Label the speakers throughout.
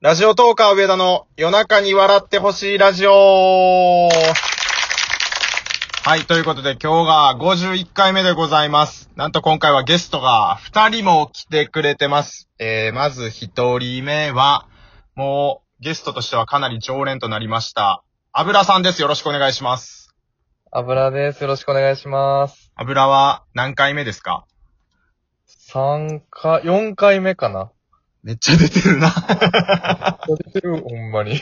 Speaker 1: ラジオトーカー上田の夜中に笑ってほしいラジオはい、ということで今日が51回目でございます。なんと今回はゲストが2人も来てくれてます。えー、まず1人目は、もうゲストとしてはかなり常連となりました。油さんです。よろしくお願いします。
Speaker 2: 油です。よろしくお願いします。
Speaker 1: 油は何回目ですか
Speaker 2: 3回、4回目かな
Speaker 1: めっちゃ出てるな。
Speaker 2: 出てるほんまに。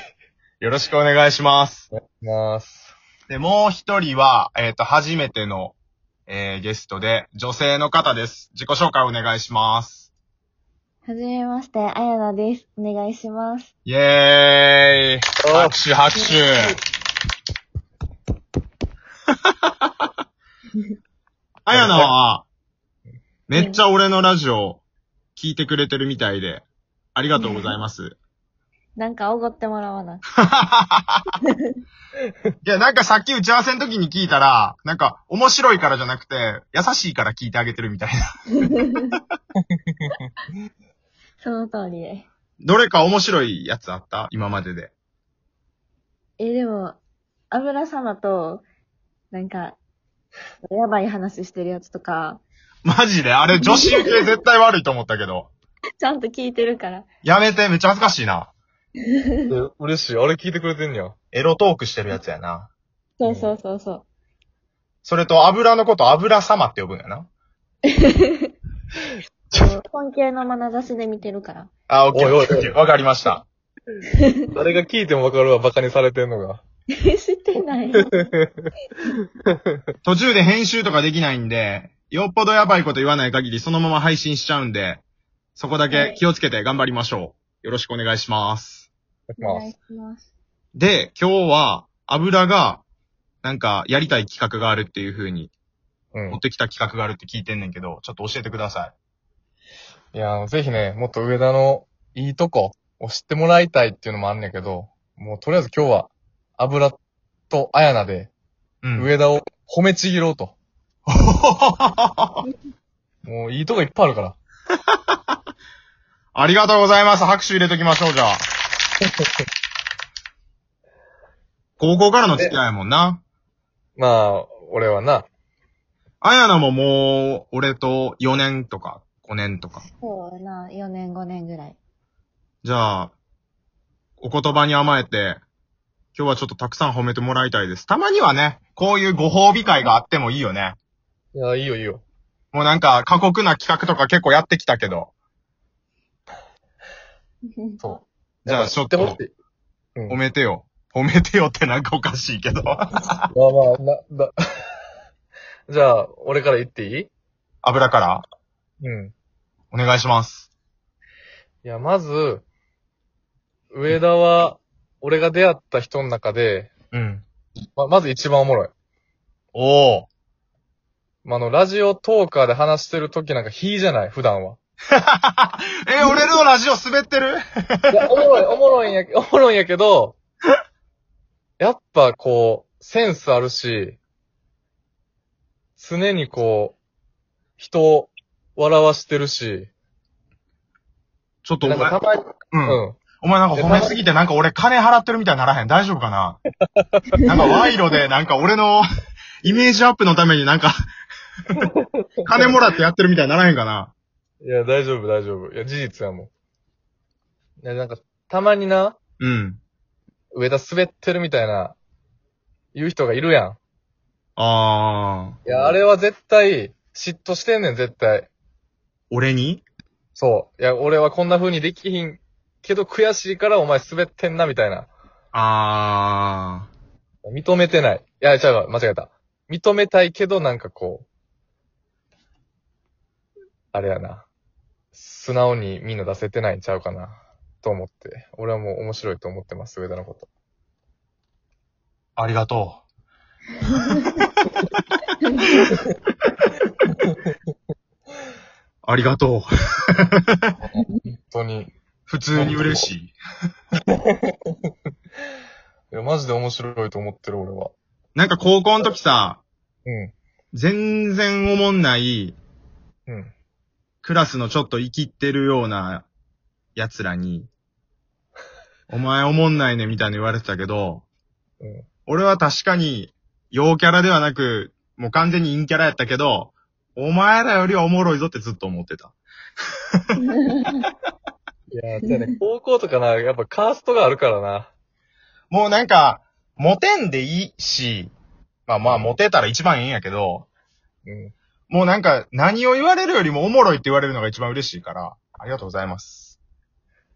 Speaker 1: よろしくお願いします。
Speaker 2: ます。
Speaker 1: で、もう一人は、えっ、と、初めての、えー、ゲストで、女性の方です。自己紹介お願いします。
Speaker 3: はじめまして、あやなです。お願いします。
Speaker 1: イェーイ
Speaker 2: あ
Speaker 1: 拍手拍手 あやなは、めっちゃ俺のラジオ、聞いてくれてるみたいで、ありがとうございます。
Speaker 3: なんかおごってもらわ な。
Speaker 1: いや、なんかさっき打ち合わせの時に聞いたら、なんか面白いからじゃなくて、優しいから聞いてあげてるみたいな。
Speaker 3: その通りで。
Speaker 1: どれか面白いやつあった今までで。
Speaker 3: え、でも、油様と、なんか、やばい話してるやつとか、
Speaker 1: マジであれ女子受け絶対悪いと思ったけど。
Speaker 3: ちゃんと聞いてるから。
Speaker 1: やめて、めっちゃ恥ずかしいな。
Speaker 2: え嬉しい。あれ聞いてくれてんねや。
Speaker 1: エロトークしてるやつやな。
Speaker 3: そうそうそうそう。
Speaker 1: それと油のこと油様って呼ぶんやな。
Speaker 3: こう本系の眼差しで見てるから。
Speaker 1: あ、オッケー
Speaker 2: おいおいお
Speaker 1: オ
Speaker 2: い
Speaker 1: ッケーオッケー。わかりました。
Speaker 2: 誰が聞いてもわかるわ、バカにされてんのが。
Speaker 3: 知ってない。
Speaker 1: 途中で編集とかできないんで、よっぽどやばいこと言わない限りそのまま配信しちゃうんで、そこだけ気をつけて頑張りましょう。よろしくお願いします。
Speaker 3: お
Speaker 2: ま
Speaker 3: 願いします。
Speaker 1: で、今日は、油が、なんか、やりたい企画があるっていう風に、
Speaker 2: う
Speaker 1: 持っ
Speaker 2: ん。
Speaker 1: てきた企画があるって聞いてんねんけど、ちょっと教えてくださ
Speaker 2: いや、ぜひね、もっと上田のいいとこを知ってもらいたいっていうのもあんねんけど、もうとりあえず今日は、油とあやなで、
Speaker 1: い。うん。
Speaker 2: 上田を褒めちぎろうと。もういいとこいっぱいあるから。
Speaker 1: ありがとうございます。拍手入れときましょう、じ ゃあ。高校からの付き合いやもんな。
Speaker 2: まあ、俺はな、
Speaker 1: あやなももう、俺と4年とか、5年とか。
Speaker 3: そうやな、4年5年ぐらい。
Speaker 1: じゃあ、お言葉に甘えて、今日はちょっとたくさん褒めてもらいたいです。たまにはね、こういうご褒美会があってもいいよね。
Speaker 2: いや、いいよいいよ。
Speaker 1: もうなんか過酷な企画とか結構やってきたけど。
Speaker 2: そう。
Speaker 1: じゃあち
Speaker 2: 知
Speaker 1: ょっ
Speaker 2: ってほし
Speaker 1: と
Speaker 2: い。うん
Speaker 1: 褒めてよ。褒めてよってなんかおかしいけど。
Speaker 2: まあまあ、な、 だ、じゃあ、俺から言っていい
Speaker 1: 油から
Speaker 2: うん。
Speaker 1: お願いします。
Speaker 2: いや、まず、上田は、俺が出会った人の中で、
Speaker 1: うん。
Speaker 2: ま、まず一番おもろい。
Speaker 1: おお。
Speaker 2: まあ、あの、ラジオトーカーで話してる時なんか非じゃない、普段は。
Speaker 1: え、俺のラジオ滑ってる
Speaker 2: いや、おもろい、おもろいんや、おもろいんやけど、やっぱこう、センスあるし、常にこう、人を笑わしてるし、
Speaker 1: ちょっとお
Speaker 2: なん
Speaker 1: 前、
Speaker 2: かたまに、
Speaker 1: う。
Speaker 2: うんん。
Speaker 1: お前なんか褒めすぎてなんか俺金払ってるみたいにならへん。大丈夫か ななんか賄賂でなんか俺の イメージアップのためになんか 金もらってやってるみたいにならへんかない
Speaker 2: や、大丈夫、大丈夫。いや、事実やもん。いや、なんか、たまにな、
Speaker 1: うん。
Speaker 2: 上田滑ってるみたいな、言う人がいるやん。
Speaker 1: あー。
Speaker 2: いや、あれは絶対、嫉妬してんねん、絶対。
Speaker 1: 俺に
Speaker 2: そう。いや、俺はこんな風にできひんけど悔しいからお前滑ってんな、みたいな。
Speaker 1: あー。
Speaker 2: 認めてない。いや、違うわ、間違えた。認めたいけど、なんかこう、あれやな。素直にみんな出せてないんちゃうかな。と思って。俺はもう面白いと思ってます、上田のこと。
Speaker 1: ありが とう。ありがとう。
Speaker 2: 本当に。い
Speaker 1: 普通に嬉しい。
Speaker 2: や、マジで面白いと思ってる、俺は。
Speaker 1: なんか高校の時さ、
Speaker 2: うん。
Speaker 1: 全然おもんない
Speaker 2: うん。
Speaker 1: クラスのちょっと生きってるような奴らに、お前おもんないねみたいに言われてたけど、
Speaker 2: うん
Speaker 1: 俺は確かに、陽キャラではなく、もう完全に陰キャラやったけど、お前らよりはおもろいぞってずっと思ってた。
Speaker 2: いや、そうや ね、高校とかな、やっぱカーストがあるからな。
Speaker 1: もうなんか、モテんでいいし、まあまあ、モテたら一番いいんやけど、
Speaker 2: うん。
Speaker 1: もうなんか、何を言われるよりもおもろいって言われるのが一番嬉しいから、ありがとうございます。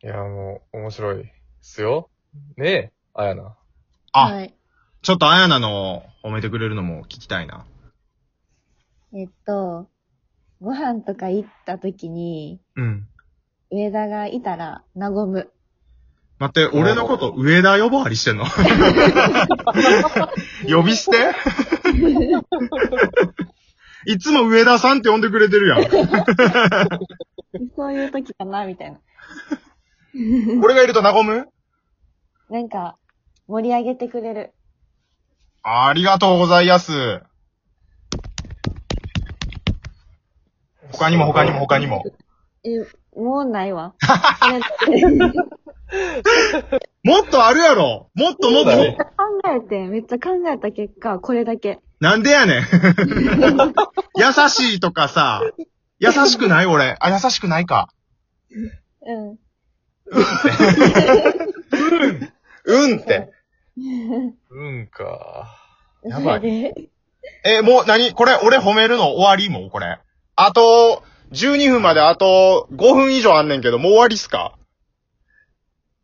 Speaker 2: いや、もう、面白いっすよ。ねえ、あやな。
Speaker 1: あ、
Speaker 3: はい。
Speaker 1: ちょっとあやなの褒めてくれるのも聞きたいな。
Speaker 3: えっと、ご飯とか行った時に、
Speaker 1: うん。
Speaker 3: 上田がいたら、和む。
Speaker 1: 待って、俺のこと上田呼ばわり してんの呼び捨ていつも上田さんって呼んでくれてるやん。
Speaker 3: そういう時かな、みたいな。
Speaker 1: 俺がいると和む
Speaker 3: なんか、盛り上げてくれる。
Speaker 1: ありがとうございます。他にも他にも他にも。
Speaker 3: え、もうないわ。
Speaker 1: もっとあるやろもっともっ
Speaker 2: そうだ
Speaker 1: と
Speaker 2: ね
Speaker 3: 考えて、めっちゃ考えた結果、これだけ。
Speaker 1: なんでや ねん。優しいとかさ、優しくない俺。あ、優しくないか。
Speaker 3: うん。
Speaker 1: うんって。
Speaker 2: うんか。
Speaker 1: やばい
Speaker 3: それで
Speaker 1: えーもう何これ、俺褒めるの終わりもうこれ。あと、12分まであと5分以上あんねんけど、もう終わりっすか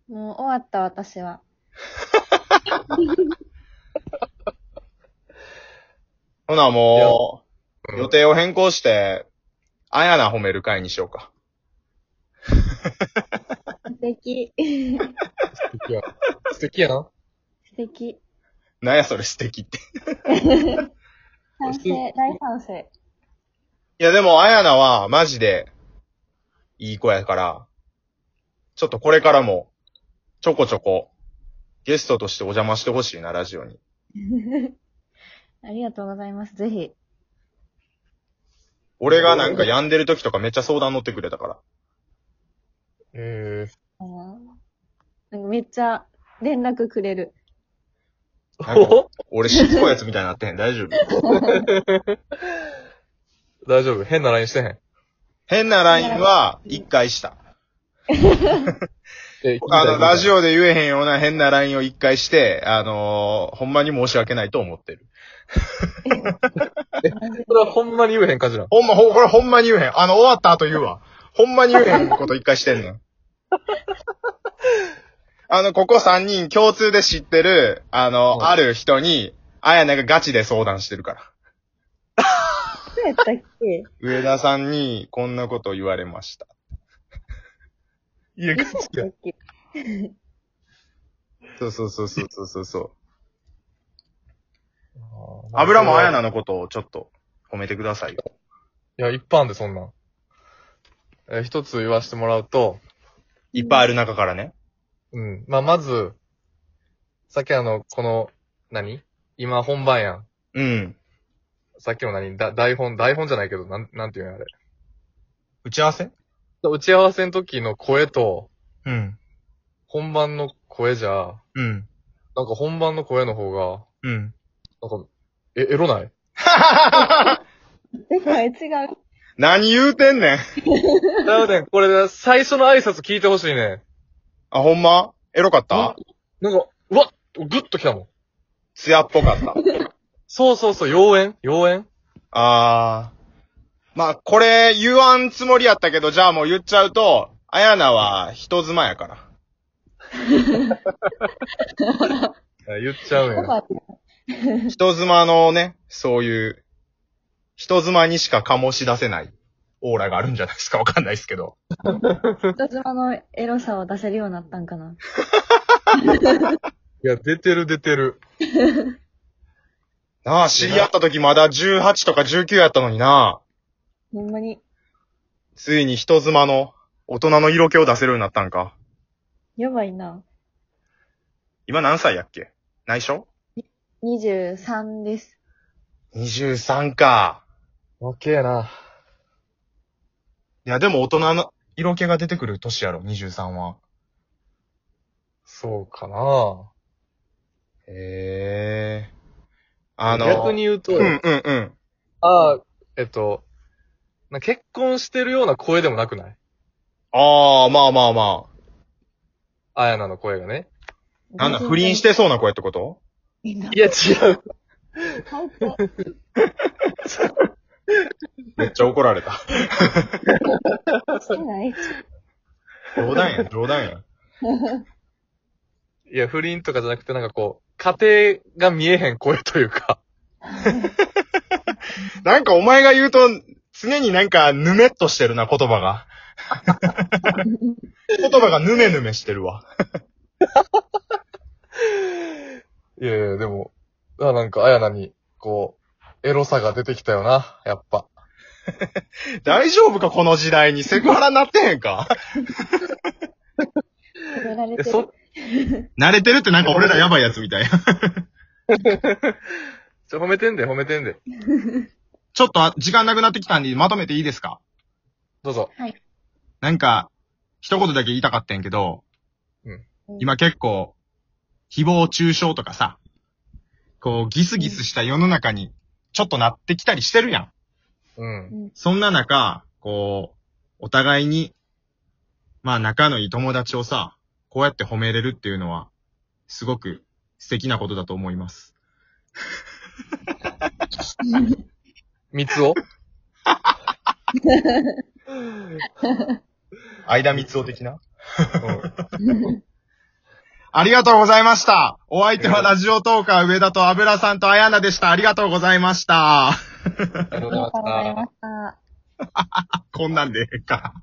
Speaker 3: もう終わった、私は。
Speaker 1: ほな、もう、
Speaker 2: いや
Speaker 1: 予定を変更して、あやな褒める会にしようか。
Speaker 3: 素敵。
Speaker 2: 素敵や。素敵やな。
Speaker 3: 素敵。
Speaker 1: なんやそれ素敵って。
Speaker 3: 賛成、大賛成。
Speaker 1: いやでも、あやなは、マジで、いい子やから、ちょっとこれからも、ちょこちょこ、ゲストとしてお邪魔してほしいな、ラジオに。
Speaker 3: ありがとうございます。ぜひ。
Speaker 1: 俺がなんか病んでる時とかめっちゃ相談乗ってくれたから。
Speaker 2: え
Speaker 3: あのなんかめっちゃ連絡くれる。
Speaker 2: え
Speaker 1: なん か俺しつこいやつみたいになってへん。大丈夫。
Speaker 2: 大丈夫。変なラインしてへん。
Speaker 1: 変なラインは、一回した。
Speaker 2: え
Speaker 1: あの、ラジ
Speaker 2: オ。
Speaker 1: オで言えへんような変なラインを一回して、あのーほんまに申し訳ないと思ってる。
Speaker 2: それはほんまに言えへん感じなの。
Speaker 1: ほんま、ほ、これほんまに言えへん。あの、終わった後言うわ。ほんまに言えへんこと一回してん ねん。あの、ここ3人共通で知ってる、あの、
Speaker 2: はい
Speaker 1: ある人に、あやながガチで相談してるから。
Speaker 3: そうやったっけ
Speaker 1: 上田さんにこんなこと言われました。
Speaker 2: いや、
Speaker 3: そうやったっけ
Speaker 1: そうそうそうそうそうそうそう。油もあや。なのことをちょっと褒めてくださいよ。
Speaker 2: いや、一般でそんなん。えー一つ言わせてもらうと、
Speaker 1: いっぱいある中からね。
Speaker 2: うん。まあ、まず、さっきあの、この、何今本番やん。
Speaker 1: うん。
Speaker 2: さっきの何だ台本、台本じゃないけど、なん、なんていうのあれ。
Speaker 1: 打ち合わせ
Speaker 2: 打ち合わせの時の声と、
Speaker 1: うん。
Speaker 2: 本番の声じゃ、
Speaker 1: うん。
Speaker 2: なんか本番の声の方が、
Speaker 1: うん。
Speaker 2: なんか、え、エロない
Speaker 3: でも違う。
Speaker 1: 何言うてんねん。
Speaker 2: だよねん、これ、最初の挨拶聞いてほしいね
Speaker 1: あ、ほんまエロかった
Speaker 2: ん。なんか、うわっグッときたもん。
Speaker 1: ツヤっぽか った。
Speaker 2: そうそうそう、妖艶妖
Speaker 1: あー。まあ、これ言わんつもりやったけど、じゃあもう言っちゃうと、あやなは人妻やから。
Speaker 2: 艶言っちゃうん
Speaker 3: よ
Speaker 2: や。
Speaker 3: かった。
Speaker 1: 人妻のね、そういう、人妻にしか醸し出せないオーラがあるんじゃないですかわかんないですけど。
Speaker 3: 人妻のエロさを出せるようになったんかな。
Speaker 2: いや、出てる出てる。
Speaker 1: なあ、知り合った時まだ18とか19やったのにな
Speaker 3: ほんまに。
Speaker 1: ついに人妻の大人の色気を出せるようになったんか。
Speaker 3: やばいな。
Speaker 1: 今何歳やっけ内緒
Speaker 3: 23です。
Speaker 1: ?23 か。
Speaker 2: オッケーな。
Speaker 1: いや、でも大人の色気が出てくる年やろ、23は。
Speaker 2: そうかな
Speaker 1: へえ。あの、
Speaker 2: 逆に言うと、
Speaker 1: うんうんうん。
Speaker 2: ああ、えっと、な結婚してるような声でもなくない
Speaker 1: ああ、まあまあま
Speaker 2: あやなの声がね。
Speaker 1: あ。なんだ、不倫してそうな声ってこと
Speaker 3: みんな。
Speaker 2: いや、違う。
Speaker 3: 最低
Speaker 1: めっちゃ怒られた。
Speaker 3: してない。
Speaker 1: 冗談 や、冗談や。
Speaker 2: いや、不倫とかじゃなくて、なんかこう、家庭が見えへん声というか。
Speaker 1: なんかお前が言うと、常になんか、ぬめっとしてるな、言葉が。言葉がぬめぬめしてるわ。
Speaker 2: いやいや、でも、あなんか、あやなに、こう、エロさが出てきたよな、やっぱ。
Speaker 1: 大丈夫か、この時代に。セクハラなってへん か。
Speaker 3: 止められ
Speaker 2: え、
Speaker 3: て
Speaker 2: そ
Speaker 3: る。、
Speaker 1: 慣れてるってなんか俺らやばいやつみたいな。
Speaker 2: ちょ、褒めてんで、褒めてんで。
Speaker 1: ちょっとあ時間なくなってきたんで、まとめていいですか
Speaker 2: どうぞ。
Speaker 3: はい。
Speaker 1: なんか、一言だけ言いたかったんやけど、
Speaker 2: うん
Speaker 1: 今結構、誹謗中傷とかさ、こう、ギスギスした世の中に、ちょっとなってきたりしてるやん。
Speaker 2: うん。
Speaker 1: そんな中、こう、お互いに、まあ仲のいい友達をさ、こうやって褒めれるっていうのは、すごく素敵なことだと思います。
Speaker 2: 三つを
Speaker 1: 間三つ的なありがとうございました。お相手はラジオトーカー上田と油さんとあやなでした。ありがとうございました。
Speaker 2: ありがと
Speaker 3: あ
Speaker 2: う
Speaker 3: りがとうございました。
Speaker 1: こんなんでええか。